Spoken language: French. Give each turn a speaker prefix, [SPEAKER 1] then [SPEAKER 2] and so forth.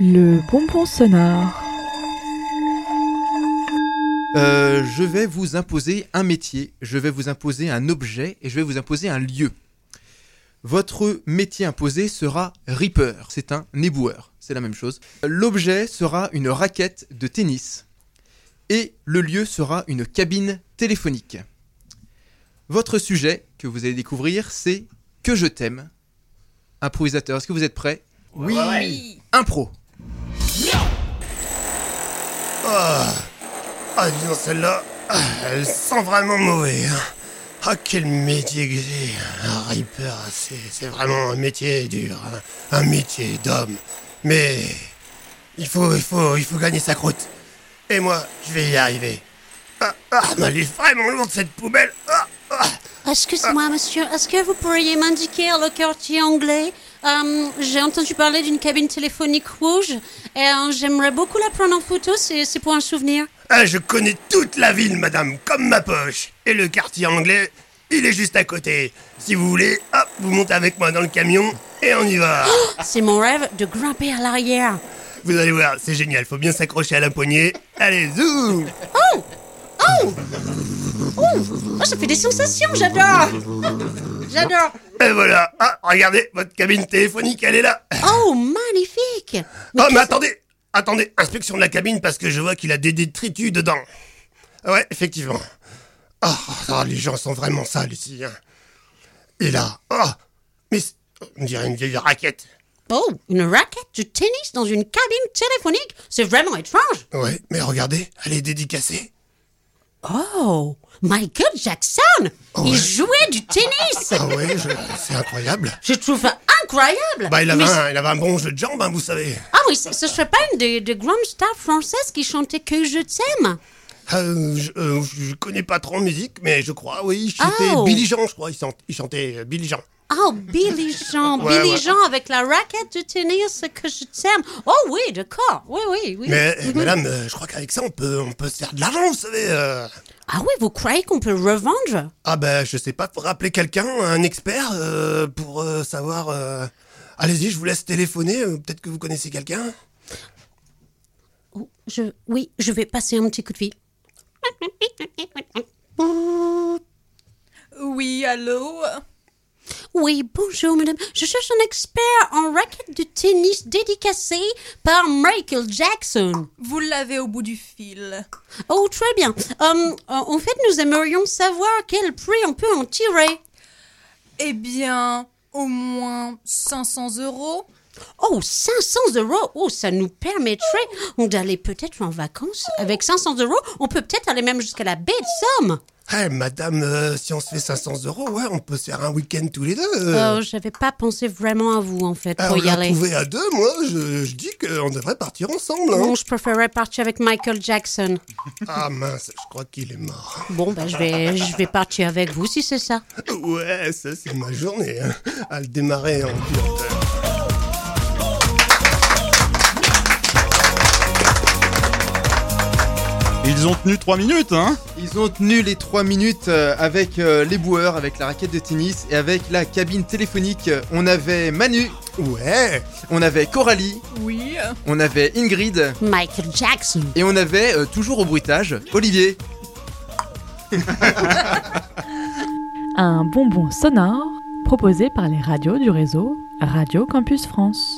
[SPEAKER 1] Le bonbon sonore.
[SPEAKER 2] Euh, je vais vous imposer un métier, je vais vous imposer un objet et je vais vous imposer un lieu. Votre métier imposé sera Reaper, c'est un éboueur, c'est la même chose. L'objet sera une raquette de tennis et le lieu sera une cabine téléphonique. Votre sujet que vous allez découvrir, c'est Que je t'aime. Improvisateur, est-ce que vous êtes prêt Oui Impro
[SPEAKER 3] Ah, dis donc, celle-là, ah, elle sent vraiment mauvais. hein. Ah, quel métier que j'ai. hein. Un Reaper, c'est c'est vraiment un métier dur. hein. Un métier d'homme. Mais il faut, il faut, il faut gagner sa croûte. Et moi, je vais y arriver. Ah, ah, mais elle est vraiment lourde, cette poubelle. Ah, ah.
[SPEAKER 4] Excuse-moi, monsieur, est-ce que vous pourriez m'indiquer le quartier anglais Euh, J'ai entendu parler d'une cabine téléphonique rouge et euh, j'aimerais beaucoup la prendre en photo, c'est c'est pour un souvenir.
[SPEAKER 3] Ah, je connais toute la ville, madame, comme ma poche. Et le quartier anglais, il est juste à côté. Si vous voulez, hop, vous montez avec moi dans le camion et on y va.
[SPEAKER 4] C'est mon rêve de grimper à l'arrière.
[SPEAKER 3] Vous allez voir, c'est génial, faut bien s'accrocher à la poignée. Allez, zoom
[SPEAKER 4] Oh Oh Oh, oh ça fait des sensations, j'adore J'adore
[SPEAKER 3] Et voilà Ah, regardez, votre cabine téléphonique, elle est là
[SPEAKER 4] Oh, magnifique
[SPEAKER 3] Oh, mais attendez Attendez, inspection de la cabine, parce que je vois qu'il a des détritus dedans. Ah Ouais, effectivement. Ah, ah, les gens sont vraiment sales ici. hein. Et là, ah Mais c'est- on dirait une vieille raquette.
[SPEAKER 4] Oh, une raquette de tennis dans une cabine téléphonique C'est vraiment étrange
[SPEAKER 3] Ouais, mais regardez, elle est dédicacée.
[SPEAKER 4] Oh Michael Jackson Il
[SPEAKER 3] ouais.
[SPEAKER 4] jouait du tennis
[SPEAKER 3] Ah ouais, je- c'est incroyable.
[SPEAKER 4] Je trouve ça incroyable
[SPEAKER 3] Bah, il avait,
[SPEAKER 4] Mais-
[SPEAKER 3] un, il avait un bon jeu de jambes, hein, vous savez.
[SPEAKER 4] Ah oui, ce ce serait pas une des des grandes stars françaises qui chantait Que je t'aime
[SPEAKER 3] Euh, je, euh, je connais pas trop en musique, mais je crois, oui, c'était
[SPEAKER 4] Oh.
[SPEAKER 3] Billy Jean, je crois. Il, chante- il chantait euh, Billy Jean.
[SPEAKER 4] Oh, Billy Jean,
[SPEAKER 3] Ouais,
[SPEAKER 4] Billy
[SPEAKER 3] ouais.
[SPEAKER 4] Jean avec la raquette de tennis Que je t'aime Oh oui, d'accord, oui, oui, Mhm. oui
[SPEAKER 3] Mais, euh, madame, euh, je crois qu'avec ça, on peut, on peut se faire de l'argent, vous savez. euh.
[SPEAKER 4] Ah oui, vous croyez qu'on peut revendre
[SPEAKER 3] Ah ben, je sais pas, faut rappeler quelqu'un, un expert, euh, pour euh, savoir... euh. Allez-y, je vous laisse téléphoner, euh, peut-être que vous connaissez quelqu'un.
[SPEAKER 4] Oh, je, oui, je vais passer un petit coup de fil.
[SPEAKER 5] Oui, allô
[SPEAKER 4] Oui, bonjour madame. Je cherche un expert en raquette de tennis dédicacé par Michael Jackson.
[SPEAKER 5] Vous l'avez au bout du fil.
[SPEAKER 4] Oh, très bien. Hum, en fait, nous aimerions savoir quel prix on peut en tirer.
[SPEAKER 5] Eh bien, au moins 500 euros
[SPEAKER 4] Oh, 500 euros. Oh, ça nous permettrait d'aller peut-être en vacances. Avec 500 euros, on peut peut-être aller même jusqu'à la baie de Somme.
[SPEAKER 3] Eh, madame, euh, si on se fait 500 euros, ouais, on peut se faire un week-end tous les deux.
[SPEAKER 4] Oh, j'avais pas pensé vraiment à vous, en fait,
[SPEAKER 3] Euh. Ah,
[SPEAKER 4] pour
[SPEAKER 3] on
[SPEAKER 4] y
[SPEAKER 3] l'a
[SPEAKER 4] aller.
[SPEAKER 3] trouvé à deux, moi, je, je dis qu'on devrait partir ensemble. hein.
[SPEAKER 4] Bon, je préférerais partir avec Michael Jackson.
[SPEAKER 3] Ah mince, je crois qu'il est mort.
[SPEAKER 4] Bon, ben, je vais, je vais partir avec vous si c'est ça.
[SPEAKER 3] Ouais, ça c'est ma journée. hein. À le démarrer en pilote.
[SPEAKER 6] Ils ont tenu 3 minutes, hein
[SPEAKER 2] Ils ont tenu les 3 minutes euh, avec euh, les boueurs, avec la raquette de tennis et avec la cabine téléphonique. On avait Manu,
[SPEAKER 3] Ouais,
[SPEAKER 2] on avait Coralie,
[SPEAKER 5] Oui.
[SPEAKER 2] on avait Ingrid
[SPEAKER 4] Michael Jackson.
[SPEAKER 2] et on avait euh, toujours au bruitage Olivier.
[SPEAKER 1] Un bonbon sonore proposé par les radios du réseau Radio Campus France.